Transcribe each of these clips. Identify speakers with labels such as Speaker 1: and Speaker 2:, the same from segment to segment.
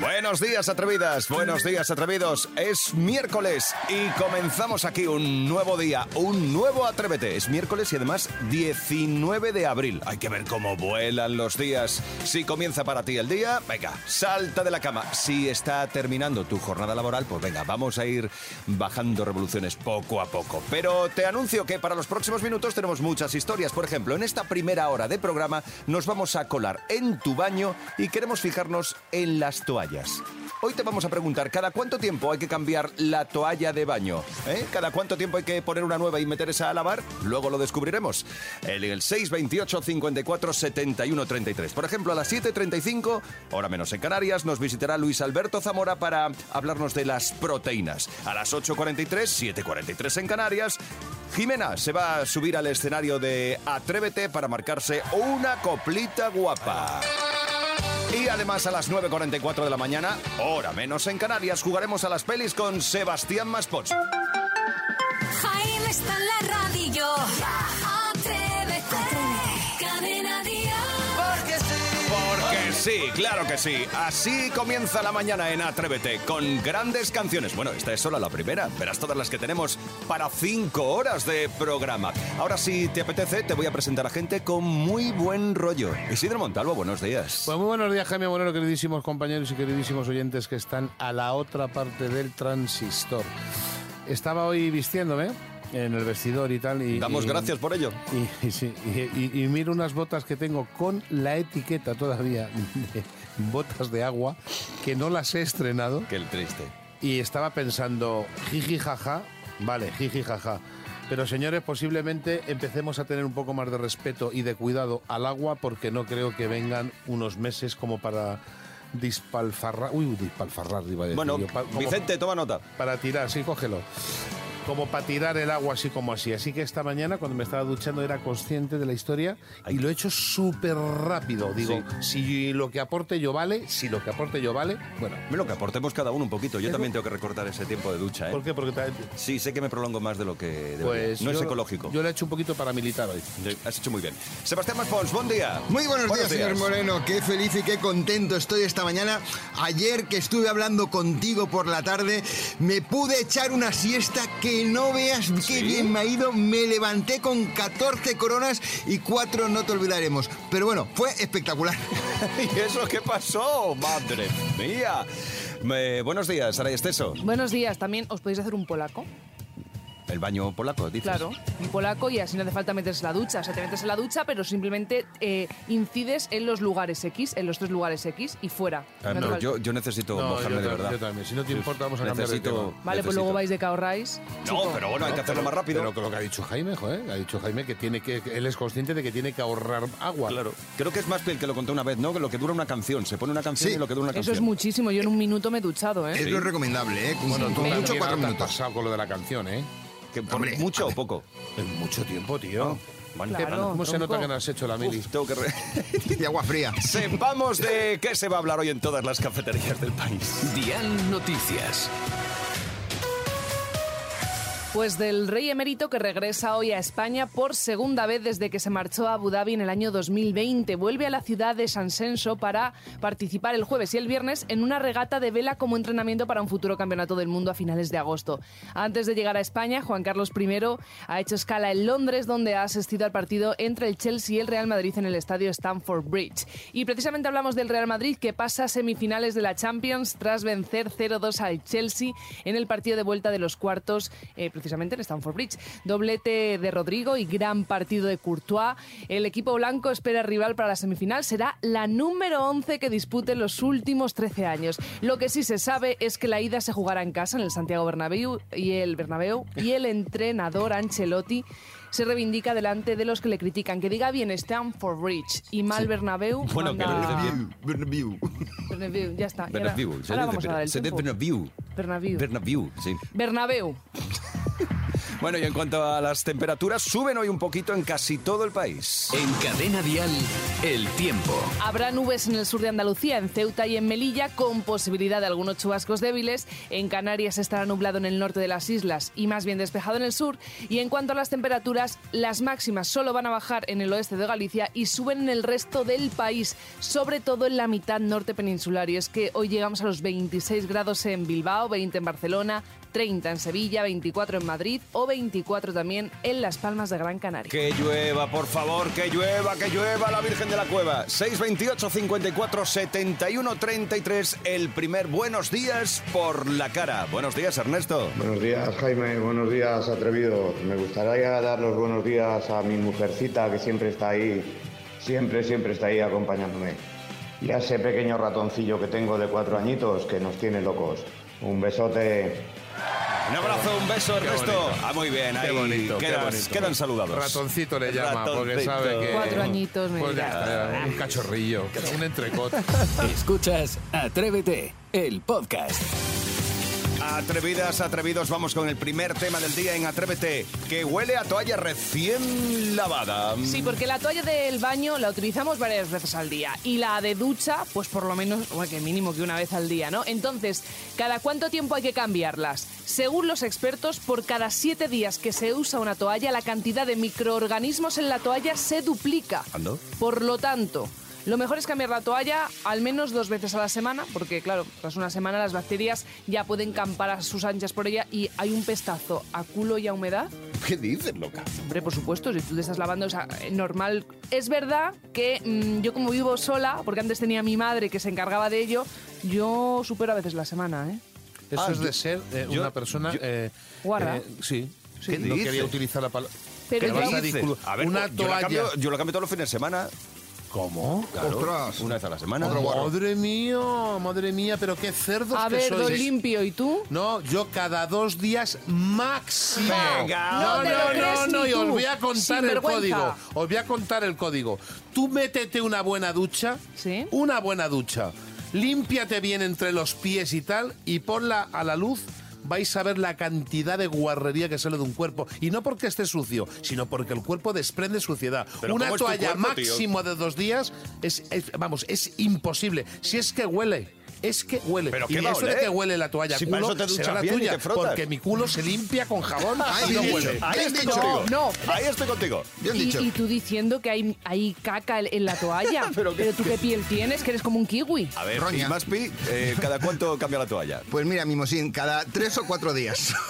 Speaker 1: Buenos días, atrevidas. Buenos días, atrevidos. Es miércoles y comenzamos aquí un nuevo día, un nuevo Atrévete. Es miércoles y además 19 de abril. Hay que ver cómo vuelan los días. Si comienza para ti el día, venga, salta de la cama. Si está terminando tu jornada laboral, pues venga, vamos a ir bajando revoluciones poco a poco. Pero te anuncio que para los próximos minutos tenemos muchas historias. Por ejemplo, en esta primera hora de programa nos vamos a colar en tu baño y queremos fijarnos en las toallas. Hoy te vamos a preguntar cada cuánto tiempo hay que cambiar la toalla de baño. ¿Eh? Cada cuánto tiempo hay que poner una nueva y meter esa a lavar. Luego lo descubriremos. El, el 628 54 71 33. Por ejemplo, a las 7.35, hora menos en Canarias, nos visitará Luis Alberto Zamora para hablarnos de las proteínas. A las 8.43, 7.43 en Canarias, Jimena se va a subir al escenario de Atrévete para marcarse una coplita guapa. Y además a las 9.44 de la mañana, hora menos en Canarias, jugaremos a las pelis con Sebastián Maspoch.
Speaker 2: Jaime está en la radio. Atrévete. Cadena Dial.
Speaker 1: Porque sí, claro que sí. Así comienza la mañana en Atrévete, con grandes canciones. Bueno, esta es solo la primera. Verás todas las que tenemos para cinco horas de programa. Ahora, si te apetece, te voy a presentar a gente con muy buen rollo. Isidro Montalvo, buenos días.
Speaker 3: Pues muy buenos días, Jaime Moreno, queridísimos compañeros y queridísimos oyentes que están a la otra parte del transistor. Estaba hoy vistiéndome en el vestidor y tal. Y,
Speaker 1: Damos
Speaker 3: y-
Speaker 1: gracias por ello.
Speaker 3: Y, y sí, y- y- y miro unas botas que tengo con la etiqueta todavía de botas de agua que no las he estrenado
Speaker 1: Qué triste.
Speaker 3: y estaba pensando, jiji jaja, vale, jiji jaja. Pero señores, posiblemente empecemos a tener un poco más de respeto y de cuidado al agua porque no creo que vengan unos meses como para dispalfarrar, uy, dispalfarrar, iba a decir
Speaker 1: Bueno,
Speaker 3: yo, pa- como
Speaker 1: Vicente, toma nota.
Speaker 3: para tirar, sí, cógelo. Como para tirar el agua así como así. Así que esta mañana cuando me estaba duchando era consciente de la historia y lo he hecho súper rápido. Digo, si lo que aporte yo vale, si lo que aporte yo vale, bueno.
Speaker 1: Bueno, que aportemos cada uno un poquito. Yo también tengo que recortar ese tiempo de ducha, ¿eh?
Speaker 3: ¿Por qué? Porque ta-
Speaker 1: Sí, sé que me prolongo más de lo que debería.
Speaker 3: pues
Speaker 1: no es
Speaker 3: yo-
Speaker 1: ecológico.
Speaker 3: Yo lo he hecho un poquito paramilitar hoy.
Speaker 1: Has hecho muy bien. Sebastián Maspons, buen día.
Speaker 4: Muy buenos, días, señor Moreno. Qué feliz y qué contento estoy esta mañana. Ayer que estuve hablando contigo por la tarde, me pude echar una siesta que no veas qué
Speaker 1: ¿Sí?
Speaker 4: bien me ha ido. Me levanté con 14 coronas y 4 no te olvidaremos. Pero bueno, fue espectacular.
Speaker 1: ¿Y eso qué pasó? Madre mía. Me- buenos días, Sara Esteso.
Speaker 5: Buenos días, también os podéis hacer un polaco,
Speaker 1: El baño polaco, dices.
Speaker 5: claro, un polaco y así no hace falta meterse en la ducha, o sea, te metes en la ducha pero simplemente eh, incides en los lugares X, en los tres lugares X y fuera.
Speaker 1: Ah,
Speaker 5: No hace
Speaker 1: no,
Speaker 5: falta-
Speaker 1: yo, yo necesito mojarme
Speaker 3: yo,
Speaker 1: de
Speaker 3: ta-
Speaker 1: verdad.
Speaker 3: yo también. Si no te importa, vamos a cambiar de
Speaker 1: necesito,
Speaker 3: tema.
Speaker 5: Vale, pues
Speaker 1: necesito.
Speaker 5: luego vais de caorrais.
Speaker 1: No, pero bueno, hay que hacerlo más rápido.
Speaker 3: Pero lo que ha dicho Jaime, joder, ha dicho Jaime que tiene que él es consciente de que tiene que ahorrar agua.
Speaker 1: Claro. Creo que es más el que lo contó una vez, ¿no? Que lo que dura una canción. Se pone una canción
Speaker 4: Sí.
Speaker 1: y lo que dura una
Speaker 5: Eso
Speaker 1: canción.
Speaker 5: es muchísimo, yo en un minuto me he duchado, ¿eh?
Speaker 4: Es lo recomendable, ¿eh? Con,
Speaker 3: Bueno, tú
Speaker 4: con mucho
Speaker 3: también
Speaker 4: cuatro
Speaker 3: ahora te has
Speaker 4: minutos.
Speaker 3: pasado con lo de la canción, ¿eh?
Speaker 1: Que por
Speaker 4: Hombre,
Speaker 1: mucho
Speaker 4: a
Speaker 1: o
Speaker 4: ver.
Speaker 1: poco.
Speaker 3: Es mucho tiempo, tío.
Speaker 1: Bueno,
Speaker 5: Claro.
Speaker 1: bueno.
Speaker 3: ¿Cómo se
Speaker 5: tronco.
Speaker 3: nota que no has hecho la mili?
Speaker 1: Uf, tengo que re-
Speaker 4: Y agua fría.
Speaker 1: Sepamos de qué se va a hablar hoy en todas las cafeterías del país.
Speaker 6: Dial Noticias.
Speaker 5: Pues del rey emérito que regresa hoy a España por segunda vez desde que se marchó a Abu Dhabi en el año 2020. Vuelve a la ciudad de San Senso para participar el jueves y el viernes en una regata de vela como entrenamiento para un futuro campeonato del mundo a finales de agosto. Antes de llegar a España, Juan Carlos I ha hecho escala en Londres, donde ha asistido al partido entre el Chelsea y el Real Madrid en el estadio Stamford Bridge. Y precisamente hablamos del Real Madrid que pasa a semifinales de la Champions tras vencer 0-2 al Chelsea en el partido de vuelta de los cuartos, eh, precisamente en Stamford Bridge. Doblete de Rodrigo y gran partido de Courtois. El equipo blanco espera rival para la semifinal. Será la número 11 que dispute en los últimos 13 años. Lo que sí se sabe es que la ida se jugará en casa en el Santiago Bernabéu y el Bernabéu y el entrenador Ancelotti se reivindica delante de los que le critican. Que diga bien Stamford Bridge y mal Bernabéu.
Speaker 1: Bueno, que
Speaker 5: manda-
Speaker 1: lo dice bien.
Speaker 4: Bernabéu.
Speaker 5: Bernabéu, ya está. Y ahora-
Speaker 1: Bernabéu. Se dice
Speaker 5: ahora vamos a dar el
Speaker 1: Ber- se dice
Speaker 5: tiempo.
Speaker 1: Bernabéu.
Speaker 5: Bernabéu.
Speaker 1: Bernabéu, sí.
Speaker 5: Bernabéu.
Speaker 1: Bueno, y en cuanto a las temperaturas, suben hoy un poquito en casi todo el país.
Speaker 6: En Cadena Dial, el tiempo.
Speaker 5: Habrá nubes en el sur de Andalucía, en Ceuta y en Melilla, con posibilidad de algunos chubascos débiles. En Canarias estará nublado en el norte de las islas y más bien despejado en el sur. Y en cuanto a las temperaturas, las máximas solo van a bajar en el oeste de Galicia y suben en el resto del país, sobre todo en la mitad norte peninsular. Y es que hoy llegamos a los 26 grados en Bilbao, 20 en Barcelona, 30 en Sevilla, 24 en Madrid o 24 también en Las Palmas de Gran Canaria.
Speaker 1: Que llueva, por favor, que llueva, que llueva la Virgen de la Cueva. 628 54 71 33, el primer Buenos Días por la cara. Buenos días, Ernesto.
Speaker 7: Buenos días, Jaime. Buenos días, atrevidos. Me gustaría dar los buenos días a mi mujercita que siempre está ahí, siempre, siempre está ahí acompañándome. Y a ese pequeño ratoncillo que tengo de cuatro añitos que nos tiene locos. Un besote.
Speaker 1: Un abrazo, un beso, Ernesto. Ah, muy bien, ahí
Speaker 3: bonito, qué
Speaker 1: quedas-
Speaker 3: bonito.
Speaker 1: quedan saludados.
Speaker 3: Ratoncito le llama, porque
Speaker 1: Ratoncito.
Speaker 3: sabe que...
Speaker 5: Cuatro añitos, me
Speaker 3: Pues ya
Speaker 5: dirás.
Speaker 3: está, un cachorrillo, un entrecot.
Speaker 6: Escuchas Atrévete, el podcast.
Speaker 1: Atrevidas, atrevidos, vamos con el primer tema del día en Atrévete, que huele a toalla recién lavada.
Speaker 5: Sí, porque la toalla del baño la utilizamos varias veces al día y la de ducha, pues por lo menos, bueno, que mínimo que una vez al día, ¿no? Entonces, ¿cada cuánto tiempo hay que cambiarlas? Según los expertos, por cada siete días que se usa una toalla, la cantidad de microorganismos en la toalla se duplica.
Speaker 1: ¿Ando?
Speaker 5: Por lo tanto, lo mejor es cambiar la toalla al menos dos veces a la semana, porque claro, tras una semana las bacterias ya pueden campar a sus anchas por ella y hay un pestazo a culo y a humedad
Speaker 1: ¿Qué dices, loca?
Speaker 5: Hombre, por supuesto, si tú te estás lavando, o sea, eh, normal. Es verdad que mm, yo como vivo sola, porque antes tenía a mi madre que se encargaba de ello, yo supero a veces la semana, ¿eh?
Speaker 3: Eso
Speaker 1: Ah,
Speaker 3: es
Speaker 1: yo-
Speaker 3: de ser eh,
Speaker 1: yo-
Speaker 3: una persona...
Speaker 1: yo-
Speaker 3: eh,
Speaker 5: Guarra.
Speaker 3: eh, sí.
Speaker 1: ¿Qué
Speaker 3: no
Speaker 1: dices?
Speaker 3: quería utilizar la palabra.
Speaker 5: Pero
Speaker 3: Que
Speaker 5: yo-
Speaker 3: vas a
Speaker 1: dices?
Speaker 3: disculpar.
Speaker 1: A ver, yo
Speaker 3: una
Speaker 1: la
Speaker 3: toalla.
Speaker 1: cambio, yo la cambio todos los fines de semana.
Speaker 3: ¿Cómo?
Speaker 1: Claro,
Speaker 4: Ostras.
Speaker 1: Una vez a la semana.
Speaker 3: Madre mía, madre mía, pero qué cerdos
Speaker 5: A
Speaker 3: que
Speaker 5: ver,
Speaker 3: sois.
Speaker 5: doy limpio, ¿y tú?
Speaker 3: No, yo cada dos días máximo.
Speaker 1: Venga,
Speaker 3: no,
Speaker 1: hombre. No te
Speaker 3: no,
Speaker 1: lo
Speaker 3: no,
Speaker 5: crees
Speaker 3: no,
Speaker 5: ni
Speaker 3: y os
Speaker 5: tú.
Speaker 3: voy a contar el
Speaker 5: Sinvergüenza.
Speaker 3: código. Os voy a contar el código. Tú métete una buena ducha,
Speaker 5: Sí.
Speaker 3: una buena ducha, límpiate bien entre los pies y tal, y ponla a la luz. Vais a ver la cantidad de guarrería que sale de un cuerpo. Y no porque esté sucio, sino porque el cuerpo desprende suciedad.
Speaker 1: Pero
Speaker 3: Una
Speaker 1: ¿cómo es tu
Speaker 3: toalla
Speaker 1: cuerpo, tío?
Speaker 3: máximo de dos días es, es- vamos, es imposible. Si es que huele, es que huele.
Speaker 1: ¿Pero
Speaker 3: y
Speaker 1: qué ¿eh? va a
Speaker 3: eso de
Speaker 1: oler?
Speaker 3: que huele la toalla
Speaker 1: Si para
Speaker 3: culo
Speaker 1: eso te
Speaker 3: será
Speaker 1: duchas
Speaker 3: la
Speaker 1: bien y
Speaker 3: tuya,
Speaker 1: te frotas.
Speaker 3: porque mi culo se limpia con jabón
Speaker 4: Ay,
Speaker 3: y no
Speaker 4: bien
Speaker 3: huele.
Speaker 4: dicho.
Speaker 1: Ahí
Speaker 4: Bien
Speaker 1: estoy
Speaker 4: dicho.
Speaker 1: contigo.
Speaker 5: No, no.
Speaker 1: Ahí estoy contigo.
Speaker 4: Bien
Speaker 5: Y,
Speaker 4: dicho.
Speaker 5: y tú diciendo que hay, hay caca en, en la toalla.
Speaker 1: Pero
Speaker 5: ¿Pero,
Speaker 1: qué-
Speaker 5: tú qué piel tienes, que eres como un kiwi.
Speaker 3: Ah,
Speaker 1: A ver,
Speaker 4: Roña.
Speaker 1: y Maspi, eh, ¿cada cuánto cambia la toalla?
Speaker 4: Pues mira, Mimosín, cada tres o cuatro días.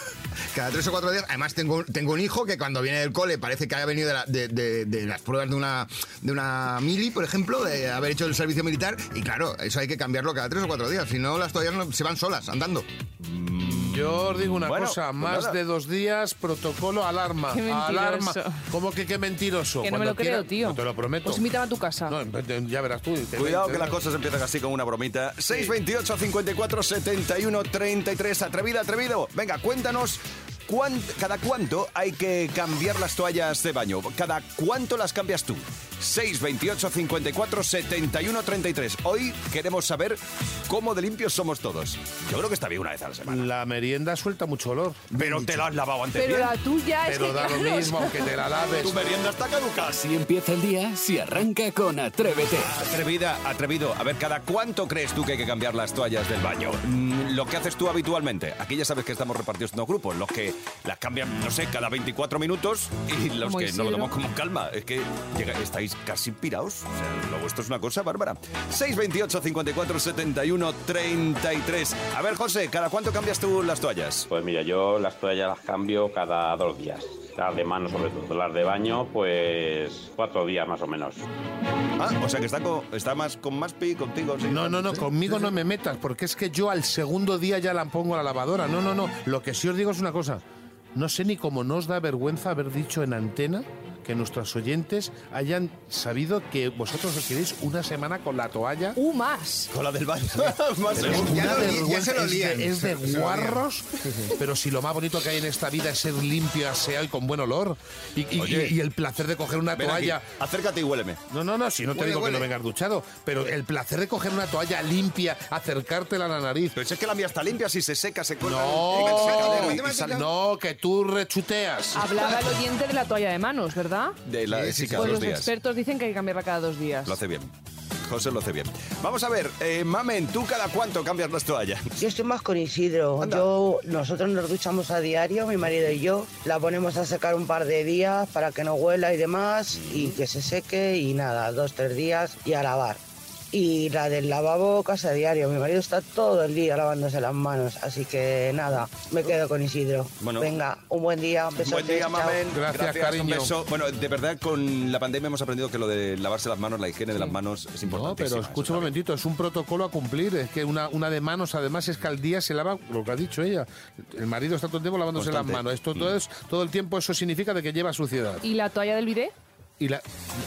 Speaker 4: Cada tres o cuatro días. Además, tengo, tengo un hijo que cuando viene del cole parece que haya venido de, la- de- de- de las pruebas de una, de una mili, por ejemplo, de haber hecho el servicio militar. Y claro, eso hay que cambiarlo cada tres o cuatro días. Si no, las toallas no- se van solas, andando.
Speaker 3: Yo os digo una
Speaker 1: Bueno,
Speaker 3: cosa,
Speaker 1: pues
Speaker 3: más
Speaker 1: nada.
Speaker 3: de dos días, protocolo, alarma,
Speaker 5: Qué mentiroso.
Speaker 3: alarma. ¿Cómo que qué mentiroso?
Speaker 5: Que no me
Speaker 3: Cuando
Speaker 5: lo creo,
Speaker 3: quiera-
Speaker 5: tío.
Speaker 3: No te lo prometo.
Speaker 5: Pues invítame a tu casa.
Speaker 3: No, en- ya verás tú. te-
Speaker 1: Cuidado
Speaker 3: te-
Speaker 1: que las cosas empiezan así con una bromita. 628 54 71 33. Atrevida, atrevido. Venga, cuéntanos. cuán- ¿Cada cuánto hay que cambiar las toallas de baño? ¿Cada cuánto las cambias tú? 628 54 71 33. Hoy queremos saber cómo de limpios somos todos. Yo creo que está bien una vez a la semana.
Speaker 3: La merienda suelta mucho olor.
Speaker 1: Pero te lo has lavado antes
Speaker 5: Pero
Speaker 1: bien.
Speaker 5: la tuya es
Speaker 3: Pero
Speaker 5: que,
Speaker 3: da lo
Speaker 5: claro,
Speaker 3: mismo, aunque te la laves.
Speaker 1: Tu merienda está caducada.
Speaker 6: Así empieza el día si arranca con Atrévete.
Speaker 1: Atrevida, atrevido. A ver, ¿cada cuánto crees tú que hay que cambiar las toallas del baño? Mm, lo que haces tú habitualmente. Aquí ya sabes que estamos repartidos en dos grupos. Los que las cambian, no sé, cada 24 minutos y los
Speaker 5: Como
Speaker 1: que no
Speaker 5: Isidro.
Speaker 1: lo tomamos con calma. Es que llega- estáis casi piraos. O sea, lo vuestro es una cosa bárbara. 628 54 71 33. A ver, José, ¿cada cuánto cambias tú las toallas?
Speaker 8: Pues mira, yo las toallas las cambio cada dos días. Las de mano sobre todo, las de baño pues cuatro días más o menos.
Speaker 1: Ah, o sea que está, con- está más con más pi contigo. sí.
Speaker 3: No, no, no, conmigo no me metas, porque es que yo al segundo día ya la pongo a la lavadora. No, no, no. Lo que sí os digo es una cosa. No sé ni cómo nos da vergüenza haber dicho en antena que nuestros oyentes hayan sabido que vosotros os queréis una semana con la toalla.
Speaker 5: ¡Uh, más!
Speaker 1: Con la del baño. Más
Speaker 4: Pero
Speaker 1: seguro.
Speaker 4: ya
Speaker 3: Una
Speaker 4: lo li- ya
Speaker 3: vergüenza,
Speaker 4: se lo
Speaker 3: es
Speaker 4: lían.
Speaker 3: de- Es de,
Speaker 4: Se- se lo
Speaker 3: guarros, pero si lo más bonito que hay en esta vida es ser limpio, aseado y con buen olor. Y, y-
Speaker 1: Oye.
Speaker 3: y- y el placer de coger una
Speaker 1: Ven aquí,
Speaker 3: toalla.
Speaker 1: acércate y huéleme.
Speaker 3: No, no, no, si no te
Speaker 4: Huele,
Speaker 3: digo que
Speaker 4: huele.
Speaker 3: no vengas duchado, pero el placer de coger una toalla limpia, acercártela a la nariz.
Speaker 1: Pero si es que la mía está limpia, si se seca, se cuelga en el
Speaker 3: No,
Speaker 1: secadero y- y sale.
Speaker 3: no, que tú rechuteas.
Speaker 5: Hablaba el oyente de la toalla de manos, ¿verdad?
Speaker 1: De la de
Speaker 4: Sí, sí,
Speaker 1: chica,
Speaker 4: Cada
Speaker 5: pues
Speaker 1: dos
Speaker 5: los
Speaker 1: días.
Speaker 5: expertos dicen que hay que cambiarla cada dos días.
Speaker 1: Lo hace bien. José lo hace bien. Vamos a ver, eh, Mamen, ¿tú cada cuánto cambias las toallas?
Speaker 7: Yo estoy más con Isidro.
Speaker 1: Anda.
Speaker 7: Yo, nosotros nos duchamos a diario, mi marido y yo. La ponemos a secar un par de días para que no huela y demás, y que se seque, y nada, dos, tres días, y a lavar. Y la del lavabocas a diario. Mi marido está todo el día lavándose las manos, así que nada, me quedo con Isidro.
Speaker 1: Bueno.
Speaker 7: Venga, un buen día, un beso.
Speaker 1: Buen día, Mamen.
Speaker 3: Gracias,
Speaker 1: un
Speaker 3: cariño.
Speaker 1: beso. Bueno, de verdad, con la pandemia hemos aprendido que lo de lavarse las manos, la higiene de las manos es
Speaker 3: No,
Speaker 1: importante.
Speaker 3: pero escucha un momentito, es un protocolo a cumplir. Es que una, una de manos, además, es que al día se lava, lo que ha dicho ella. El marido está todo el tiempo lavándose
Speaker 1: Constante.
Speaker 3: las manos. Esto todo, es, todo el tiempo eso significa de que lleva suciedad.
Speaker 5: ¿Y la toalla del bidé?
Speaker 3: Y la,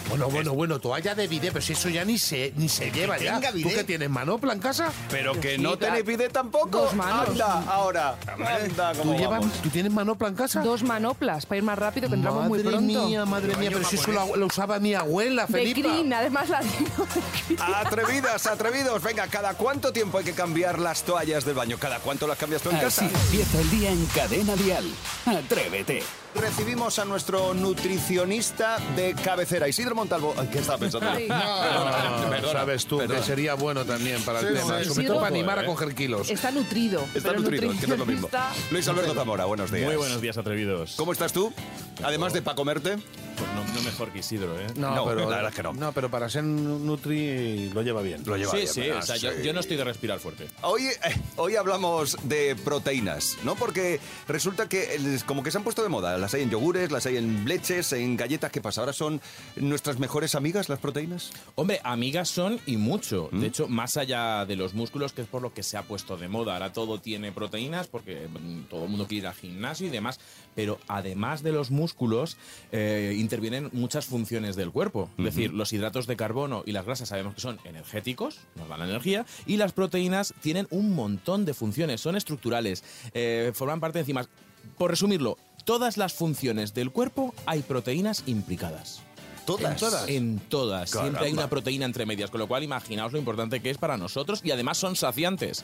Speaker 3: bueno, bueno, bueno, toalla de bidé, pero si eso ya ni se, ni se lleva ya.
Speaker 4: tenga
Speaker 3: ¿Tú
Speaker 4: bidé.
Speaker 3: qué tienes, manopla en casa?
Speaker 1: Pero que
Speaker 5: Sí,
Speaker 1: no
Speaker 5: claro.
Speaker 1: tenéis bidet tampoco.
Speaker 5: Dos manos.
Speaker 1: Anda, ahora. Anda,
Speaker 3: ¿Tú,
Speaker 1: como
Speaker 3: llevas, ¿Tú tienes manopla en casa?
Speaker 5: Dos manoplas para ir más rápido, que entramos
Speaker 3: Ah. madre
Speaker 5: muy pronto.
Speaker 3: mía, madre mía, pero si eso lo, lo usaba mi abuela,
Speaker 5: de
Speaker 3: Felipa.
Speaker 5: crin, además la digo de crin.
Speaker 1: Atrevidas, atrevidos. Venga, ¿cada cuánto tiempo hay que cambiar las toallas del baño? ¿Cada cuánto las cambias tú en
Speaker 9: Así
Speaker 1: casa?
Speaker 9: empieza el día en Cadena Dial. Atrévete.
Speaker 1: Recibimos a nuestro nutricionista de cabecera, Isidro Montalvo. Ay, ¿Qué estaba pensando?
Speaker 5: Ay.
Speaker 3: Ah,
Speaker 1: Perdona,
Speaker 3: sabes tú,
Speaker 1: perdona.
Speaker 3: que sería bueno también para el
Speaker 4: Sí,
Speaker 3: tema.
Speaker 4: sí,
Speaker 3: Sobre
Speaker 5: sí,
Speaker 3: todo
Speaker 5: sí.
Speaker 3: para animar a
Speaker 6: Eh.
Speaker 3: coger kilos.
Speaker 5: Está nutrido.
Speaker 1: Está
Speaker 5: pero
Speaker 1: nutrido, que no es lo mismo.
Speaker 5: nutricionista-
Speaker 1: Luis Alberto Zamora, buenos días.
Speaker 6: Muy buenos días, atrevidos.
Speaker 1: ¿Cómo estás tú? Además de pa' comerte.
Speaker 6: Pues no, no mejor que Isidro, ¿eh?
Speaker 1: No, la verdad es que no.
Speaker 3: pero para ser Nutri lo lleva bien.
Speaker 1: Lo lleva
Speaker 6: sí,
Speaker 1: bien,
Speaker 6: sí,
Speaker 1: ¿verdad?
Speaker 6: o sea, Yo,
Speaker 1: Sí.
Speaker 6: yo no estoy de respirar fuerte.
Speaker 1: Hoy, eh, hoy hablamos de proteínas, ¿no? Porque resulta que eh, como que se han puesto de moda. Las hay en yogures, las hay en leches, en galletas. ¿Qué pasa? ¿Ahora son nuestras mejores amigas las proteínas?
Speaker 6: Hombre, amigas son y mucho.
Speaker 3: ¿Mm?
Speaker 6: De hecho, más allá de los músculos, que es por lo que se ha puesto de moda. Ahora todo tiene proteínas porque mm, todo el mundo quiere ir al gimnasio y demás. Pero además de los músculos, eh, intervienen muchas funciones del cuerpo. Es decir, los hidratos de carbono y las grasas sabemos que son energéticos, nos dan energía, y las proteínas tienen un montón de funciones, son estructurales, eh, forman parte de enzimas. Por resumirlo, todas las funciones del cuerpo hay proteínas implicadas.
Speaker 1: Todas.
Speaker 6: En todas. Siempre hay
Speaker 1: Caramba.
Speaker 6: una proteína entre medias, con lo cual imaginaos lo importante que es para nosotros y además son saciantes.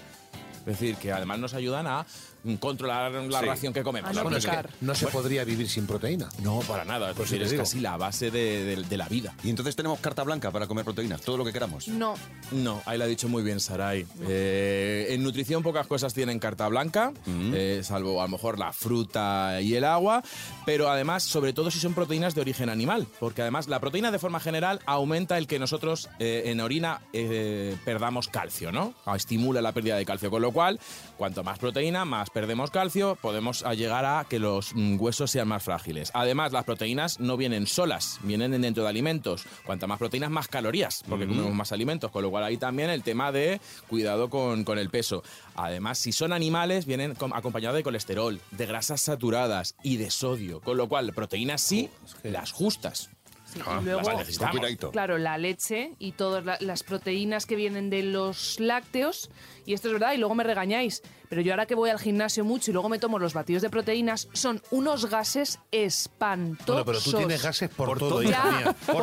Speaker 6: Es decir, que además nos ayudan a mm, controlar la
Speaker 1: Sí.
Speaker 6: ración que comemos.
Speaker 5: A no
Speaker 6: Bueno, es que-
Speaker 5: picar.
Speaker 3: No se podría vivir sin proteína.
Speaker 6: no, para nada. Es,
Speaker 3: Pues
Speaker 6: decir,
Speaker 3: sí te
Speaker 6: es
Speaker 3: digo.
Speaker 6: casi la base de, de- de la vida.
Speaker 1: Y entonces tenemos carta blanca para comer proteínas, todo lo que queramos.
Speaker 5: No,
Speaker 6: No, ahí lo ha dicho muy bien Sarai. Eh, en nutrición pocas cosas tienen carta blanca, eh, salvo a lo mejor la fruta y el agua, pero además, sobre todo si son proteínas de origen animal, porque además la proteína de forma general aumenta el que nosotros eh, en orina eh, perdamos calcio, ¿no? Ah, Estimula la pérdida de calcio, con lo cual, cuanto más proteína, más perdemos calcio, podemos a llegar a que los mm, huesos sean más frágiles. Además, las proteínas no vienen solas, vienen dentro de alimentos. Cuanta más proteínas, más calorías, porque comemos más alimentos. Con lo cual, ahí también el tema de cuidado con, con el peso. Además, si son animales, vienen com- acompañados de colesterol, de grasas saturadas y de sodio. Con lo cual, proteínas sí, las justas.
Speaker 5: sí, y luego,
Speaker 6: las necesitamos.
Speaker 1: Cuidadito.
Speaker 5: claro, la leche y todas la- las proteínas que vienen de los lácteos, y esto es verdad, y luego me regañáis, pero yo ahora que voy al gimnasio mucho y luego me tomo los batidos de proteínas, son unos gases espantosos.
Speaker 3: Bueno, pero tú tienes gases por,
Speaker 1: Por
Speaker 3: todo,
Speaker 1: todo.
Speaker 3: hija
Speaker 5: Ya,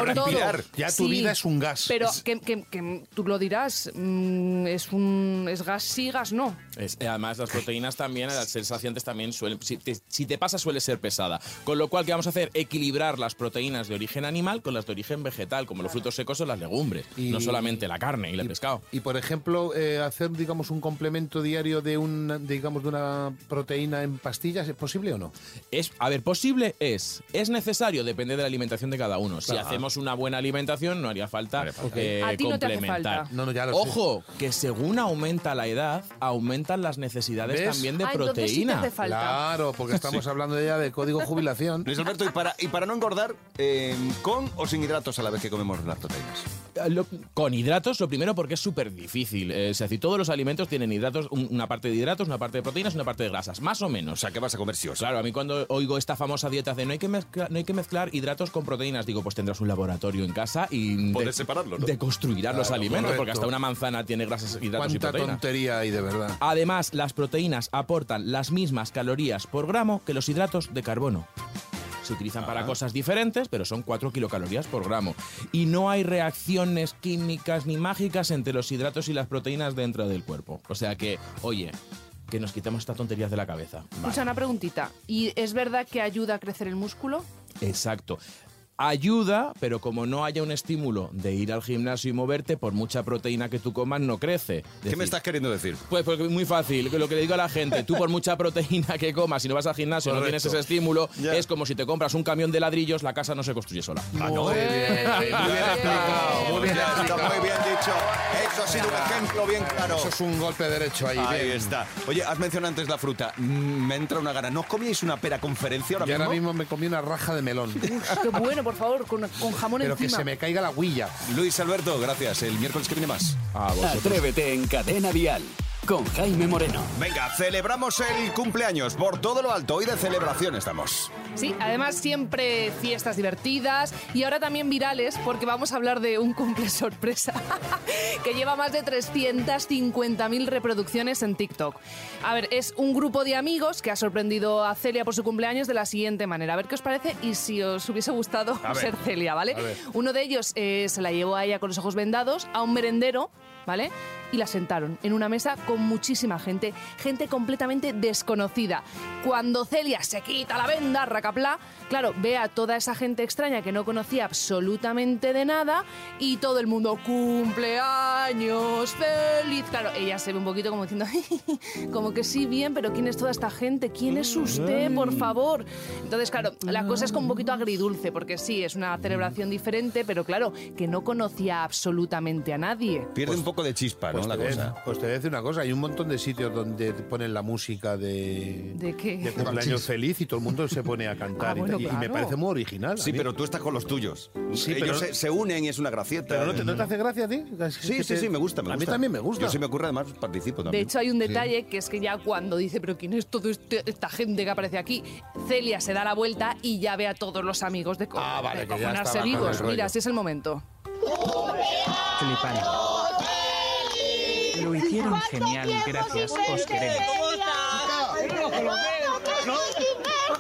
Speaker 3: mía.
Speaker 5: todo.
Speaker 3: Ya tu
Speaker 5: Sí,
Speaker 3: vida es un gas.
Speaker 5: Pero que, que- que tú lo dirás, mm, es un es gas sí, gas no.
Speaker 6: Es- eh, además, las proteínas también, las sensaciones también suelen. Si te, si te pasa, suele ser pesada. Con lo cual, ¿qué vamos a hacer? Equilibrar las proteínas de origen animal con las de origen vegetal, como los frutos secos o las legumbres.
Speaker 3: Y-
Speaker 6: no solamente la carne y el
Speaker 3: y,
Speaker 6: pescado.
Speaker 3: y, por ejemplo, eh, hacer digamos un complemento diario de una, digamos de una proteína en pastillas, ¿es posible o no?
Speaker 6: Es, a ver, posible es. Es necesario, depende de la alimentación de cada uno. Si hacemos una buena alimentación, no haría falta, eh,
Speaker 5: A ti no te hace
Speaker 6: complementar.
Speaker 5: falta.
Speaker 3: No, no, ya lo sé.
Speaker 6: Ojo, que según aumenta la edad, aumentan las necesidades
Speaker 3: ¿Ves?
Speaker 6: también de
Speaker 5: Ah, entonces sí te
Speaker 6: proteína.
Speaker 5: hace falta.
Speaker 3: Claro, porque estamos hablando ya de código jubilación.
Speaker 1: em, Luis Alberto, y para, y para no engordar, eh, ¿con o sin hidratos a la vez que comemos las proteínas?
Speaker 10: lo- con hidratos, lo primero porque es súper difícil. Eh, es decir, todos los alimentos tienen hidratos, un- una parte de hidratos, una parte de proteínas, una parte de grasas, más o menos.
Speaker 1: O sea, ¿qué vas a comer sí o sí?
Speaker 10: Claro, a mí cuando oigo esta famosa dieta de no hay que mezclar, no hay que mezclar hidratos con proteínas, digo, pues tendrás un laboratorio en casa y
Speaker 1: Poder
Speaker 10: de,
Speaker 1: separarlo, ¿no?
Speaker 10: deconstruirás los
Speaker 3: Claro,
Speaker 10: alimentos, porque
Speaker 3: correcto.
Speaker 10: hasta una manzana tiene grasas, hidratos y
Speaker 3: Cuánta
Speaker 10: proteínas. Ah,
Speaker 3: tontería hay de verdad.
Speaker 10: Además, las proteínas aportan las mismas calorías por gramo que los hidratos de carbono. Se utilizan para cosas diferentes, pero son 4 kilocalorías por gramo. Y no hay reacciones químicas ni mágicas entre los hidratos y las proteínas dentro del cuerpo. O sea que, oye, que nos quitemos estas tonterías de la cabeza.
Speaker 5: Escucha, una preguntita. ¿Y es verdad que ayuda a crecer el músculo?
Speaker 10: Exacto. Ayuda, pero como no haya un estímulo de ir al gimnasio y moverte, por mucha proteína que tú comas, no crece.
Speaker 1: ¿Qué me
Speaker 10: Decir,
Speaker 1: estás queriendo decir?
Speaker 10: Pues porque es muy fácil, que lo que le digo a la gente, tú por mucha proteína que comas, si no vas al gimnasio, no tienes ese estímulo,
Speaker 1: Ya.
Speaker 10: es como si te compras un camión de ladrillos, la casa no se construye sola. Ah,
Speaker 5: Muy bien,
Speaker 1: Muy bien explicado, muy bien,
Speaker 3: Claro.
Speaker 1: explicado, muy bien dicho. Eso ha sido un ejemplo bien claro.
Speaker 3: Eso es un golpe derecho ahí.
Speaker 1: Ahí
Speaker 3: bien.
Speaker 1: está. Oye, has mencionado antes la fruta. Mm, Me entra una gana. ¿No os comíais una pera conferencia ahora
Speaker 3: Yo ahora
Speaker 1: mismo?
Speaker 3: mismo me comí una raja de melón.
Speaker 5: Ah, Qué bueno, por favor, con, con jamón
Speaker 3: pero que
Speaker 5: encima.
Speaker 3: se me caiga la huilla.
Speaker 1: Luis Alberto, gracias. El miércoles que viene más.
Speaker 10: A vosotros.
Speaker 6: Atrévete en Cadena Dial con Jaime Moreno.
Speaker 1: Venga, celebramos el cumpleaños. Por todo lo alto, hoy de celebración estamos.
Speaker 5: Sí, además siempre fiestas divertidas y ahora también virales porque vamos a hablar de un cumple sorpresa que lleva más de 350.000 reproducciones en TikTok. A ver, es un grupo de amigos que ha sorprendido a Celia por su cumpleaños de la siguiente manera. A ver qué os parece y si os hubiese gustado
Speaker 1: A ver.
Speaker 5: ser Celia, ¿vale?
Speaker 3: A ver.
Speaker 5: Uno de ellos eh, se la llevó a ella con los ojos vendados a un merendero, ¿vale? Y la sentaron en una mesa con muchísima gente, gente completamente desconocida. Cuando Celia se quita la venda, racaplá, claro, ve a toda esa gente extraña que no conocía absolutamente de nada y todo el mundo, cumpleaños, feliz. Claro, ella se ve un poquito como diciendo, como que sí, bien, pero ¿quién es toda esta gente? ¿Quién es usted, por favor? Entonces, claro, la cosa es como un poquito agridulce, porque sí, es una celebración diferente, pero claro, que no conocía absolutamente a nadie.
Speaker 1: Pierde un poco de chispa, ¿no? La
Speaker 3: te voy a-
Speaker 1: cosa.
Speaker 3: pues te voy a decir una cosa, hay un montón de sitios donde te ponen la música de,
Speaker 5: ¿De qué?
Speaker 3: de cumpleaños feliz y todo el mundo se pone a cantar.
Speaker 5: Ah,
Speaker 3: y-
Speaker 5: bueno,
Speaker 3: y, me
Speaker 5: claro.
Speaker 3: parece muy original. a
Speaker 1: Sí,
Speaker 3: mí.
Speaker 1: pero tú estás con los tuyos.
Speaker 3: Sí,
Speaker 1: Ellos
Speaker 3: pero-
Speaker 1: se, se unen y es una gracieta.
Speaker 3: Pero no te, ¿no te hace gracia a ti? Es que
Speaker 1: Sí, sí,
Speaker 3: te-
Speaker 1: sí, me gusta, me
Speaker 3: A mí
Speaker 1: gusta.
Speaker 3: también me gusta.
Speaker 1: Yo si me ocurre, además, participo
Speaker 5: De
Speaker 1: también.
Speaker 5: hecho, hay un detalle que es que ya cuando dice, pero ¿quién es toda esta gente que aparece aquí? Celia se da la vuelta y ya ve a todos los amigos de, co-
Speaker 3: Ah, vale,
Speaker 5: de
Speaker 3: que ya
Speaker 5: cojonarse
Speaker 3: estaba con
Speaker 5: vivos.
Speaker 3: el rollo.
Speaker 5: Mira, si es el momento.
Speaker 11: Lo hicieron genial, gracias, os queremos.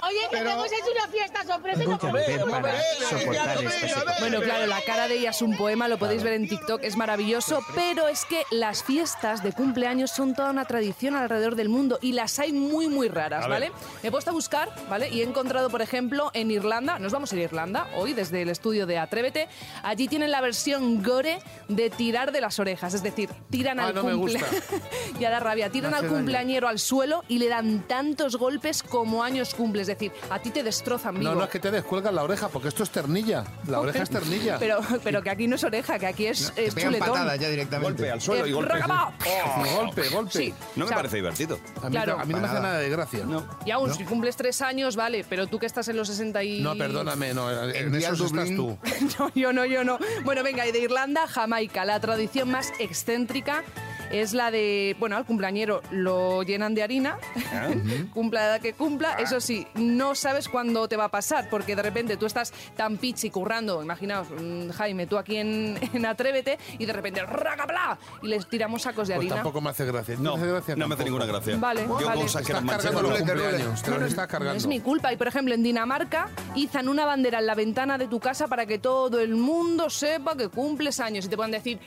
Speaker 11: Oye, que te hemos hecho una fiesta sorpresa. y no Voy a beber para soportar esta situación.
Speaker 5: Bueno, claro, la cara de ella es un poema, lo podéis ver en TikTok, es maravilloso, pero es que las fiestas de cumpleaños son toda una tradición alrededor del mundo y las hay muy, muy raras, ¿vale? Me he puesto a buscar, ¿vale? Y he encontrado, por ejemplo, en Irlanda, nos vamos a ir a Irlanda hoy desde el estudio de Atrévete, allí tienen la versión gore de tirar de las orejas, es decir, tiran
Speaker 3: Ah,
Speaker 5: al
Speaker 3: no me
Speaker 5: cumple-
Speaker 3: gusta.
Speaker 5: ya da rabia. Tiran
Speaker 3: Me
Speaker 5: al
Speaker 3: hace daño.
Speaker 5: cumpleañero al suelo y le dan tantos golpes como años cumple. Es decir, a ti te destrozan vivo.
Speaker 3: No, no es que te descuelgan la oreja, porque esto es ternilla. La oreja es ternilla.
Speaker 5: Pero, pero que aquí no es oreja, que aquí es,
Speaker 4: Te
Speaker 5: es
Speaker 4: pegan
Speaker 5: chuletón.
Speaker 4: patadas ya directamente.
Speaker 1: Golpe al suelo
Speaker 5: Eh,
Speaker 1: y golpe.
Speaker 5: ¡raca, pa!
Speaker 3: golpe, golpe.
Speaker 5: Sí.
Speaker 1: No
Speaker 5: o
Speaker 1: me
Speaker 5: sea,
Speaker 1: parece divertido.
Speaker 3: A mí,
Speaker 5: Claro.
Speaker 3: a mí no me hace nada de gracia. No,
Speaker 5: Y aún si cumples tres años, vale, pero tú que estás en los 60 y...
Speaker 3: perdóname, no, en
Speaker 4: Envía
Speaker 3: eso estás
Speaker 4: al Dublín.
Speaker 3: tú. Pues
Speaker 5: No, yo no, yo no. Bueno, venga, y de Irlanda a Jamaica. La tradición más excéntrica es la de, bueno, al cumpleañero lo llenan de harina, cumpla la edad que cumpla. Eso sí, no sabes cuándo te va a pasar, porque de repente tú estás tan pichi currando, imaginaos, mm, Jaime, tú aquí en, en Atrévete, y de repente, ¡racapla! Y les tiramos sacos de
Speaker 3: Pues
Speaker 5: harina.
Speaker 3: tampoco me hace gracia.
Speaker 1: No,
Speaker 3: me hace gracia
Speaker 1: no me hace
Speaker 3: tampoco.
Speaker 1: ninguna gracia.
Speaker 5: Vale,
Speaker 1: Yo
Speaker 5: vale.
Speaker 1: cosas que
Speaker 3: Estás
Speaker 1: eran
Speaker 3: cargando los
Speaker 1: manchadas.
Speaker 3: cumpleaños. Te los estás
Speaker 5: No es
Speaker 3: cargando.
Speaker 5: mi culpa. Y por ejemplo, en Dinamarca izan una bandera en la ventana de tu casa para que todo el mundo sepa que cumples años y te puedan decir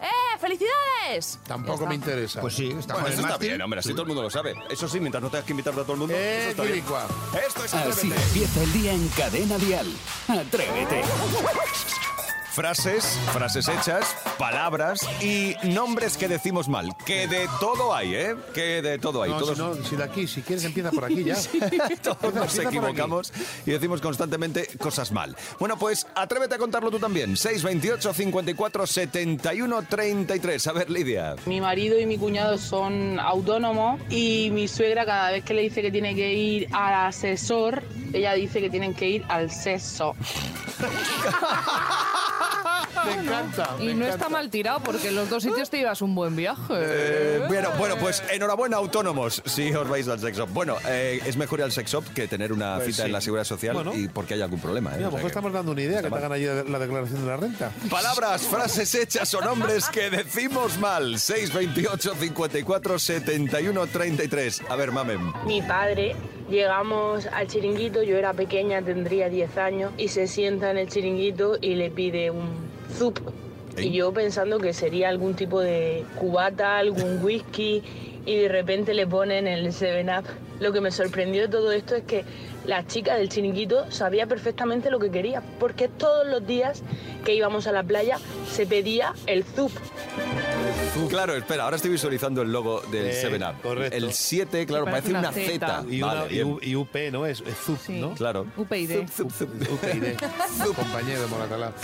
Speaker 5: ¡Eh, felicidades!
Speaker 3: Tampoco
Speaker 5: Ya
Speaker 3: me
Speaker 5: está.
Speaker 3: interesa.
Speaker 4: Pues sí,
Speaker 1: Bueno,
Speaker 4: está con el
Speaker 1: eso está
Speaker 4: mástil.
Speaker 1: bien, hombre, así todo el mundo lo sabe. Eso sí, mientras no tengas que invitarlo a todo el mundo,
Speaker 3: Eh, Ah,
Speaker 1: eso está bien.
Speaker 3: quilicua.
Speaker 1: Esto es
Speaker 6: Así
Speaker 1: Atrévete.
Speaker 6: empieza el día en Cadena Dial. Atrévete.
Speaker 1: Frases, frases hechas, palabras y nombres que decimos mal. Que de todo hay, ¿eh? Que de todo hay.
Speaker 3: No,
Speaker 1: Todos
Speaker 3: si, no, si de aquí, si quieres, empieza por aquí ya.
Speaker 1: Todos nos
Speaker 3: Empieza por
Speaker 1: equivocamos y decimos constantemente cosas mal. Bueno, pues atrévete a contarlo tú también. 628 54 71 33. A ver, Lidia.
Speaker 12: Mi marido y mi cuñado son autónomos y mi suegra cada vez que le dice que tiene que ir al asesor, ella dice que tienen que ir al sexo.
Speaker 3: Me encanta.
Speaker 5: Y no está mal tirado porque en los dos sitios te llevas un buen viaje.
Speaker 1: Eh, bueno, bueno, pues enhorabuena autónomos si os vais al sex shop. Bueno, eh, es mejor ir al sex shop que tener una
Speaker 3: Pues
Speaker 1: cita
Speaker 3: sí.
Speaker 1: en la seguridad social
Speaker 3: Bueno.
Speaker 1: y porque hay algún problema. ¿eh?
Speaker 3: Mira, pues a
Speaker 1: O
Speaker 3: lo
Speaker 1: sea
Speaker 3: mejor
Speaker 1: que-
Speaker 3: estamos dando una idea que te hagan allí la declaración de la renta.
Speaker 1: Palabras, frases hechas o nombres que decimos mal. 628 54 71 33. A ver, mamen.
Speaker 13: Mi padre, llegamos al chiringuito, yo era pequeña, tendría 10 años, y se sienta en el chiringuito y le pide un zup. Y yo pensando que sería algún tipo de cubata, algún whisky, y de repente le ponen el 7-Up. Lo que me sorprendió de todo esto es que la chica del chiringuito sabía perfectamente lo que quería, porque todos los días que íbamos a la playa se pedía el zup.
Speaker 1: Claro, espera, ahora estoy visualizando el logo del
Speaker 3: Eh,
Speaker 1: 7up.
Speaker 3: correcto.
Speaker 1: El 7, claro, parece una Z.
Speaker 3: Y, una-
Speaker 1: Vale,
Speaker 3: y
Speaker 1: bien.
Speaker 3: U- y UP, ¿no? Es, es ZUP, ¿no?
Speaker 1: Claro.
Speaker 5: UPyD.
Speaker 3: UPyD. Compañero de Pues Moratalá.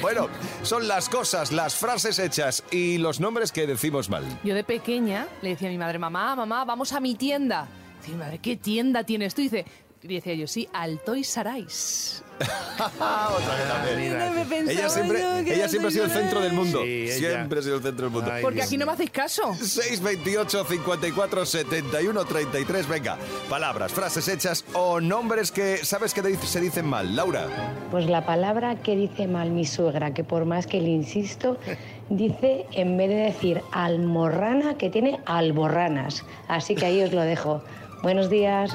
Speaker 1: Bueno, son las cosas, las frases hechas y los nombres que decimos mal.
Speaker 5: Yo de pequeña le decía a mi madre, mamá, mamá, vamos a mi tienda. Dice, mi madre, ¿qué tienda tienes tú? Y dice, y decía yo, sí, al Toys R Us". me pensaba
Speaker 1: ella siempre,
Speaker 5: yo que
Speaker 1: ella
Speaker 5: era
Speaker 1: siempre ha sido el
Speaker 5: millonaria.
Speaker 1: centro del mundo.
Speaker 3: Sí, ella.
Speaker 1: Siempre ha sido el centro del mundo.
Speaker 5: Porque aquí no me hacéis caso.
Speaker 1: 628 54 71 33. Venga, palabras, frases hechas o nombres que sabes que de- se dicen mal. Laura.
Speaker 14: Pues la palabra que dice mal mi suegra, que por más que le insisto, dice en vez de decir almorrana, que tiene alborranas. Así que ahí os lo dejo. Buenos días.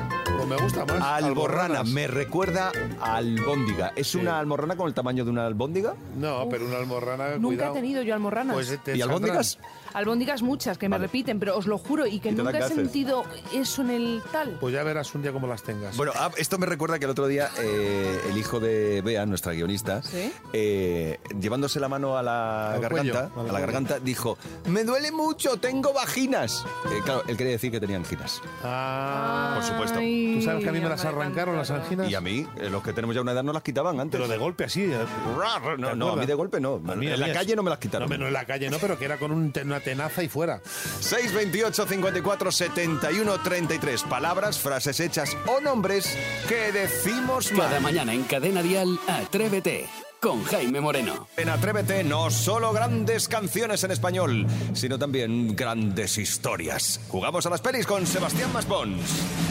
Speaker 3: me gusta más.
Speaker 1: Alborrana, me recuerda a albóndiga. ¿Es una almorrana con el tamaño de una albóndiga?
Speaker 3: No, pero una almorrana,
Speaker 5: Nunca he tenido yo almorranas.
Speaker 3: Pues te
Speaker 1: ¿Y albóndigas?
Speaker 5: Albóndigas muchas que me repiten, pero os lo juro, y que
Speaker 3: Y te dan
Speaker 5: nunca he
Speaker 3: gases.
Speaker 5: sentido eso en el tal.
Speaker 3: Pues ya verás un día cómo las tengas.
Speaker 1: Bueno, ah, esto me recuerda que el otro día eh, el hijo de Bea, nuestra guionista,
Speaker 5: ¿Sí?
Speaker 1: eh, llevándose la mano a la
Speaker 3: Al cuello,
Speaker 1: garganta,
Speaker 3: al
Speaker 1: a
Speaker 3: cuello.
Speaker 1: la garganta, dijo: Me duele mucho, tengo vaginas. Eh, claro, él quería decir que tenía anginas.
Speaker 3: Ah,
Speaker 1: Por supuesto.
Speaker 3: ¿Tú sabes que a mí me las arrancaron las anginas?
Speaker 1: Y a mí, eh, los que tenemos ya una edad, no las quitaban antes.
Speaker 3: Pero de golpe así. eh.
Speaker 1: Rar,
Speaker 3: ¿Te
Speaker 1: No, no, a mí
Speaker 3: acuerdas?
Speaker 1: de golpe no.
Speaker 3: A mí, a
Speaker 1: en la
Speaker 3: mí
Speaker 1: calle
Speaker 3: es-
Speaker 1: no me las quitaron.
Speaker 3: No, no, en la calle no, pero que era con un te- una tenaza y fuera.
Speaker 1: 628 54 71 33. Palabras, frases hechas o nombres que decimos mal.
Speaker 6: Cada mañana en Cadena Dial, Atrévete con Jaime Moreno.
Speaker 1: En Atrévete, no solo grandes canciones en español, sino también grandes historias. Jugamos a las pelis con Sebastián Maspons.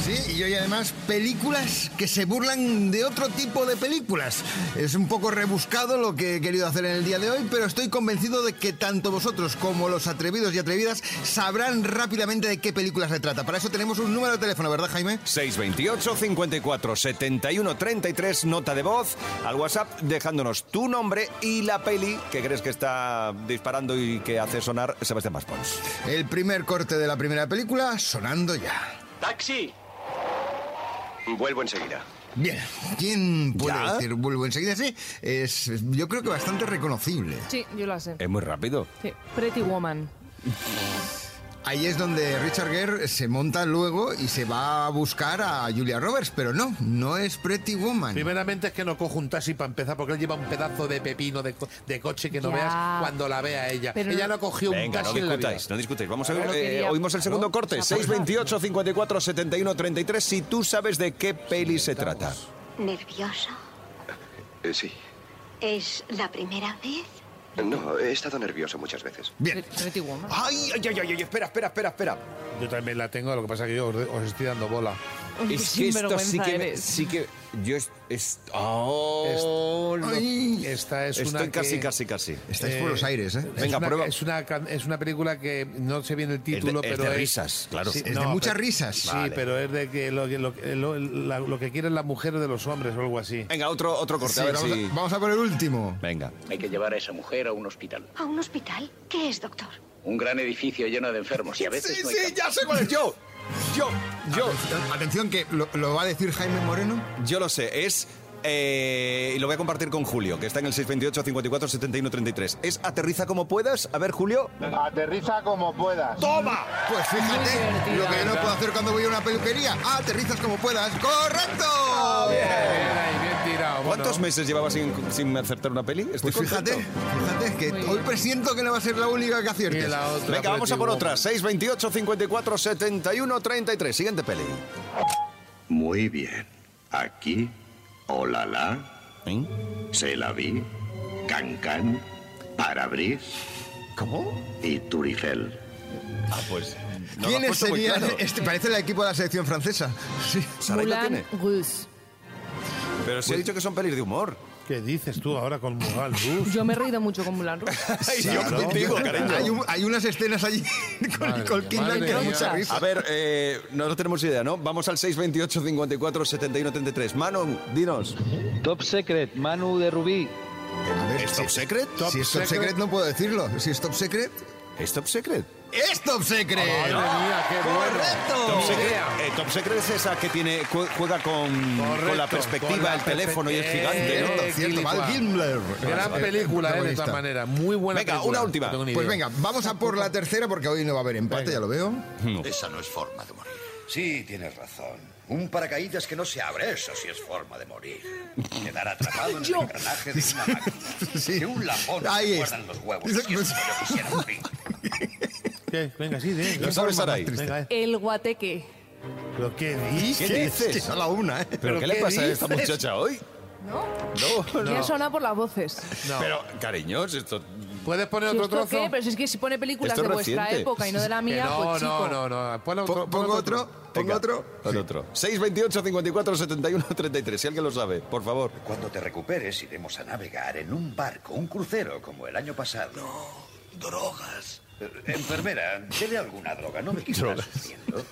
Speaker 4: Sí, y hoy además películas que se burlan de otro tipo de películas. Es un poco rebuscado lo que he querido hacer en el día de hoy, pero estoy convencido de que tanto vosotros como los atrevidos y atrevidas sabrán rápidamente de qué películas se trata. Para eso tenemos un número de teléfono, ¿verdad, Jaime?
Speaker 1: 628 54 71 33, nota de voz al WhatsApp dejándonos tu nombre y la peli que crees que está disparando y que hace sonar Sebastián Maspons.
Speaker 4: El primer corte de la primera película, sonando ya.
Speaker 15: ¡Taxi! Vuelvo enseguida.
Speaker 4: Bien, ¿quién puede
Speaker 1: ¿Ya?
Speaker 4: decir vuelvo enseguida? Sí, es yo creo que bastante reconocible.
Speaker 5: Sí, yo la sé.
Speaker 1: Es muy rápido.
Speaker 5: Sí, Pretty Woman.
Speaker 4: Ahí es donde Richard Gere se monta luego y se va a buscar a Julia Roberts, pero no, no es Pretty
Speaker 3: Mm.
Speaker 4: Woman.
Speaker 3: Primeramente es que no cojo un taxi para empezar, porque él lleva un pedazo de pepino de, co- de coche que no
Speaker 5: Ya.
Speaker 3: veas cuando la vea ella.
Speaker 5: Pero
Speaker 3: ella
Speaker 5: no-
Speaker 3: no cogió un
Speaker 1: Venga, no
Speaker 3: taxi en la vida.
Speaker 1: discutáis, no discutáis. Vamos a ver,
Speaker 3: Claro,
Speaker 1: eh,
Speaker 3: quería-
Speaker 1: oímos el segundo
Speaker 3: ¿no?
Speaker 1: corte.
Speaker 3: O sea, para-
Speaker 1: 628 54 71 33, si tú sabes de qué peli se trata.
Speaker 16: ¿Nervioso?
Speaker 15: Eh, sí.
Speaker 16: ¿Es la primera vez?
Speaker 15: No, he estado nervioso muchas veces.
Speaker 4: Bien.
Speaker 5: Pretty Woman.
Speaker 1: Ay, ay, ay, ay, espera, espera, espera, espera.
Speaker 3: Yo también la tengo, lo que pasa es que yo os, os estoy dando bola.
Speaker 1: Es que esto sí que, me- sí que yo es, es- oh,
Speaker 3: Est-
Speaker 1: lo-
Speaker 3: Ay. esta es una
Speaker 1: Estoy casi
Speaker 3: que-
Speaker 1: casi casi.
Speaker 4: Estáis por los aires, ¿eh?
Speaker 3: es
Speaker 1: Venga,
Speaker 3: una,
Speaker 1: prueba.
Speaker 3: Es una, can- es una película que no sé bien el título,
Speaker 1: es de
Speaker 3: pero
Speaker 1: risas, claro. Es de
Speaker 4: muchas
Speaker 3: pero-
Speaker 4: risas.
Speaker 3: Sí,
Speaker 4: Vale.
Speaker 3: pero es de que lo, que- lo que- lo- la- lo que quieren las mujeres de los hombres o algo así.
Speaker 1: Venga, otro, otro corte,
Speaker 3: Sí,
Speaker 1: a ver
Speaker 3: vamos
Speaker 1: si...
Speaker 3: a-
Speaker 4: Vamos a por el último.
Speaker 1: Venga.
Speaker 17: Hay que llevar a esa mujer a un hospital.
Speaker 16: ¿A un hospital? ¿Qué es, doctor?
Speaker 17: Un gran edificio lleno de enfermos y a veces
Speaker 4: Sí,
Speaker 17: no hay
Speaker 4: sí,
Speaker 17: campo.
Speaker 1: ya sé cuál es yo. Yo, yo.
Speaker 4: Atención que lo, lo va a decir Jaime Moreno.
Speaker 1: Yo lo sé, es... eh, y lo voy a compartir con Julio, que está en el 628 54 71 33. Es aterriza como puedas. A ver, Julio.
Speaker 18: Aterriza como puedas.
Speaker 1: ¡Toma!
Speaker 4: Pues fíjate lo que no puedo hacer cuando voy a una peluquería. Ah, aterrizas como puedas. ¡Correcto!
Speaker 1: ¿Cuántos meses llevaba sin, sin acertar una peli? Estoy
Speaker 4: Pues fíjate,
Speaker 1: contento.
Speaker 4: fíjate que hoy presiento que no va a ser la única que aciertes.
Speaker 1: Venga, vamos a por otra. pues 628 54 71 33. Siguiente peli.
Speaker 15: Muy bien. Aquí, olala, se la vi, can can, Parabris.
Speaker 4: ¿Cómo?
Speaker 15: Y Turifel.
Speaker 1: Ah, pues.
Speaker 4: ¿Quiénes serían? Este, parece el equipo de la selección francesa. Sí.
Speaker 1: Saray lo tiene.
Speaker 5: Gus.
Speaker 1: Pero se ha dicho que son pelis de humor.
Speaker 3: ¿Qué dices tú ahora con Mugal
Speaker 5: Yo me he reído mucho con Mulan Rouge.
Speaker 1: yo contigo, cariño.
Speaker 4: Hay, un- hay unas escenas allí con
Speaker 3: Madre
Speaker 4: Nicole
Speaker 3: mía,
Speaker 4: Kidman
Speaker 3: madre
Speaker 4: que da
Speaker 3: mía.
Speaker 4: mucha risa.
Speaker 1: A ver, eh, no tenemos idea, ¿no? Vamos al 628 54 71 33. Manu, dinos.
Speaker 19: Top Secret, Manu de Rubí.
Speaker 1: ¿Es Top Secret?
Speaker 4: si es Ah, top secret, no puedo decirlo. Si es top secret.
Speaker 1: ¿Es Top Secret?
Speaker 4: ¡Es top secret!
Speaker 3: Madre mía, qué bueno.
Speaker 1: Top Secret, eh, Top Secret es esa que tiene, cu- juega con,
Speaker 3: Correcto,
Speaker 1: con la perspectiva,
Speaker 3: con la
Speaker 1: el teléfono y es
Speaker 3: perspectiva.
Speaker 1: gigante, ¿no?
Speaker 4: Cierto, cierto, Val Kilmer.
Speaker 3: Gran
Speaker 4: Eh,
Speaker 3: película, eh, de
Speaker 4: protagonista.
Speaker 3: todas maneras. Muy buena
Speaker 1: Venga,
Speaker 3: película.
Speaker 1: una última.
Speaker 3: No tengo ni
Speaker 4: Pues
Speaker 3: idea.
Speaker 4: venga, vamos a por la tercera porque hoy no va a haber empate, ya lo veo.
Speaker 15: Esa no es forma de morir. Sí, tienes razón. Un paracaídas que no se abre, eso sí es forma de morir. Quedar atrapado en el engranaje de una máquina.
Speaker 4: Sí.
Speaker 15: Que un lambón no
Speaker 4: Ahí
Speaker 15: se
Speaker 4: es.
Speaker 15: guardan los huevos.
Speaker 4: Eso-
Speaker 15: Y eso yo quisiera morir.
Speaker 3: ¿Qué? Venga, sí, sí.
Speaker 1: ¿Lo sabes, Saray?
Speaker 3: Venga, eh.
Speaker 5: El guateque.
Speaker 3: ¿Pero qué dices?
Speaker 1: ¿Qué dices?
Speaker 4: Es que son la una, ¿eh?
Speaker 1: ¿Pero qué le
Speaker 3: qué
Speaker 1: pasa a esta
Speaker 3: dices?
Speaker 1: muchacha hoy? No.
Speaker 5: ¿Quién suena por las voces?
Speaker 3: No.
Speaker 1: Pero, cariños, esto...
Speaker 3: ¿Puedes poner
Speaker 5: ¿Si
Speaker 3: otro
Speaker 5: esto
Speaker 3: trozo?
Speaker 5: qué? Pero si es que si pone películas
Speaker 1: Esto
Speaker 5: de
Speaker 1: es
Speaker 5: vuestra
Speaker 1: reciente.
Speaker 5: época y no de la
Speaker 3: Que
Speaker 5: mía,
Speaker 3: no,
Speaker 5: pues chico.
Speaker 3: no, no, no. Pon otro.
Speaker 4: Po-
Speaker 3: pon
Speaker 4: Pongo otro, pongo
Speaker 1: Venga.
Speaker 4: otro.
Speaker 1: Al otro. 628 54 71 33. Si alguien lo sabe, por favor.
Speaker 15: Cuando te recuperes, iremos a navegar en un barco, un crucero, como el año pasado. No, drogas. enfermera, debe alguna droga, no me quisieras sufriendo.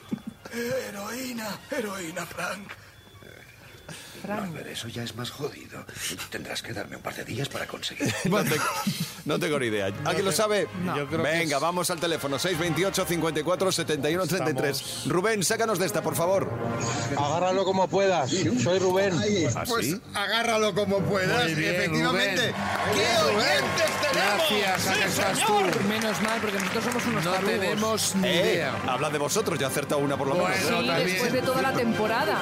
Speaker 17: Heroína, heroína, Frank.
Speaker 15: No, pero eso ya es más jodido. Tendrás que darme un par de días para conseguirlo.
Speaker 1: No tengo, no tengo ni idea. ¿Alguien lo sabe?
Speaker 3: Yo creo que
Speaker 1: Venga,
Speaker 3: es-
Speaker 1: vamos al teléfono. 628 54 71 33. Rubén, sácanos de esta, por favor.
Speaker 18: Agárralo como puedas. Soy Rubén.
Speaker 15: ¿Ah,
Speaker 4: Pues agárralo como puedas,
Speaker 3: Muy bien,
Speaker 4: efectivamente.
Speaker 3: Rubén.
Speaker 4: ¡Qué oyentes tenemos!
Speaker 3: Gracias, aquí estás tú.
Speaker 5: Menos mal, porque nosotros somos unos
Speaker 3: No
Speaker 5: tarugos.
Speaker 3: tenemos ni
Speaker 1: Eh,
Speaker 3: idea.
Speaker 1: habla de vosotros, ya acerta una por lo menos. ¿eh?
Speaker 3: Bueno,
Speaker 5: Sí,
Speaker 3: también.
Speaker 5: después de toda la temporada.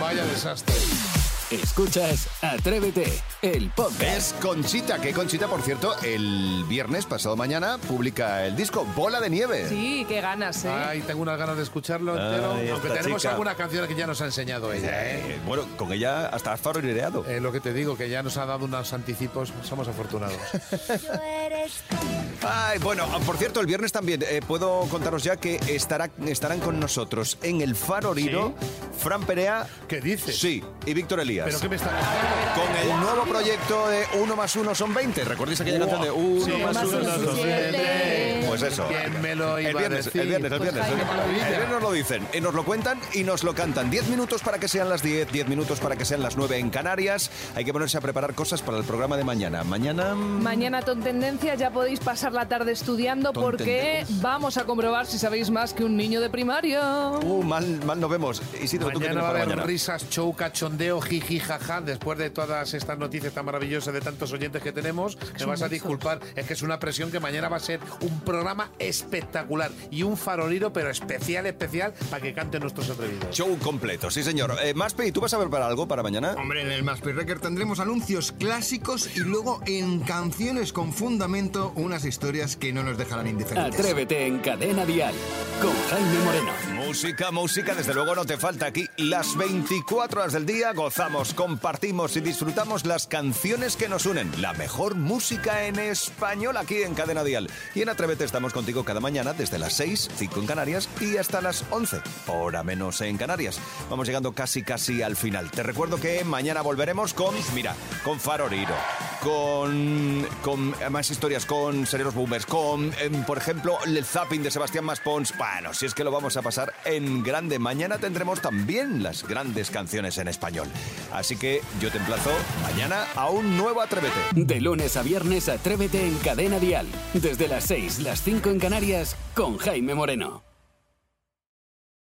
Speaker 3: Vaya desastre.
Speaker 6: Escuchas Atrévete, el podcast.
Speaker 1: Es Conchita, que Conchita, por cierto, el viernes pasado mañana publica el disco Bola de Nieve.
Speaker 5: Sí, qué ganas, ¿eh?
Speaker 3: Ay, tengo unas ganas de escucharlo
Speaker 1: Ay,
Speaker 3: entero.
Speaker 1: esta
Speaker 3: Aunque tenemos
Speaker 1: chica.
Speaker 3: algunas canciones que ya nos ha enseñado ella, ¿eh?
Speaker 1: Eh, bueno, con ella hasta has farolireado.
Speaker 3: Eh, lo que te digo, que ya nos ha dado unos anticipos, somos afortunados.
Speaker 1: Ay, bueno, ah, por cierto, el viernes también eh, puedo contaros ya que estará, estarán con nosotros en el Faroriro Fran Perea.
Speaker 3: ¿Qué dices?
Speaker 1: Sí, y Víctor Elías.
Speaker 3: ¿Pero qué me está contando?
Speaker 1: Con el nuevo proyecto de 1 más 1 son 20. ¿Recordáis aquella canción de 1
Speaker 3: Sí,
Speaker 1: más
Speaker 3: más
Speaker 1: 1
Speaker 3: uno
Speaker 1: son
Speaker 3: son
Speaker 1: 20?
Speaker 3: siete.
Speaker 1: Pues eso.
Speaker 3: ¿Quién me lo
Speaker 1: El
Speaker 3: iba a
Speaker 1: viernes,
Speaker 3: decir?
Speaker 1: el viernes, el
Speaker 3: Pues
Speaker 1: viernes.
Speaker 3: Jaime
Speaker 1: el
Speaker 3: Maravilla.
Speaker 1: viernes nos lo dicen, y nos lo cuentan y nos lo cantan. 10 minutos para que sean las 10, 10 minutos para que sean las 9 en Canarias. Hay que ponerse a preparar cosas para el programa de mañana. Mañana...
Speaker 5: Mañana Ton Tendencia ya podéis pasar la tarde estudiando
Speaker 1: Ton
Speaker 5: porque
Speaker 1: Tendencias.
Speaker 5: vamos a comprobar si sabéis más que un niño de primaria.
Speaker 1: Uh, mal, mal nos vemos. Isidro, ¿tú qué
Speaker 3: Mañana
Speaker 1: tienes
Speaker 3: va a
Speaker 1: para
Speaker 3: haber
Speaker 1: mañana?
Speaker 3: risas, show, cachondeo, jiji, jaja. Después de todas estas noticias tan maravillosas de tantos oyentes que tenemos, me vas a disculpar. Es que es una presión que mañana va a ser un programa espectacular y un faroliro, pero especial, especial, para que canten nuestros atrevidos.
Speaker 1: Show completo, sí señor. Eh, Maspi, ¿tú vas a preparar algo para mañana?
Speaker 4: Hombre, en el Más Record tendremos anuncios clásicos y luego en canciones con fundamento unas historias que no nos dejarán indiferentes.
Speaker 6: Atrévete en Cadena Dial con Jaime Moreno.
Speaker 1: Música, música, desde luego no te falta aquí. Las 24 horas del día gozamos, compartimos y disfrutamos las canciones que nos unen. La mejor música en español aquí en Cadena Dial. Y en Atrévete estamos contigo cada mañana desde las 6, 5 en Canarias y hasta las 11, hora menos en Canarias. Vamos llegando casi casi al final. Te recuerdo que mañana volveremos con, mira, con Faroriro, con, con más historias, con Serenos Boomers, con, em, por ejemplo, el zapping de Sebastián Maspons. Bueno, si es que lo vamos a pasar en grande. Mañana tendremos también las grandes canciones en español. Así que yo te emplazo mañana a un nuevo Atrévete.
Speaker 6: De lunes a viernes, Atrévete en Cadena Dial. Desde las 6, las 5 en Canarias, con Jaime Moreno.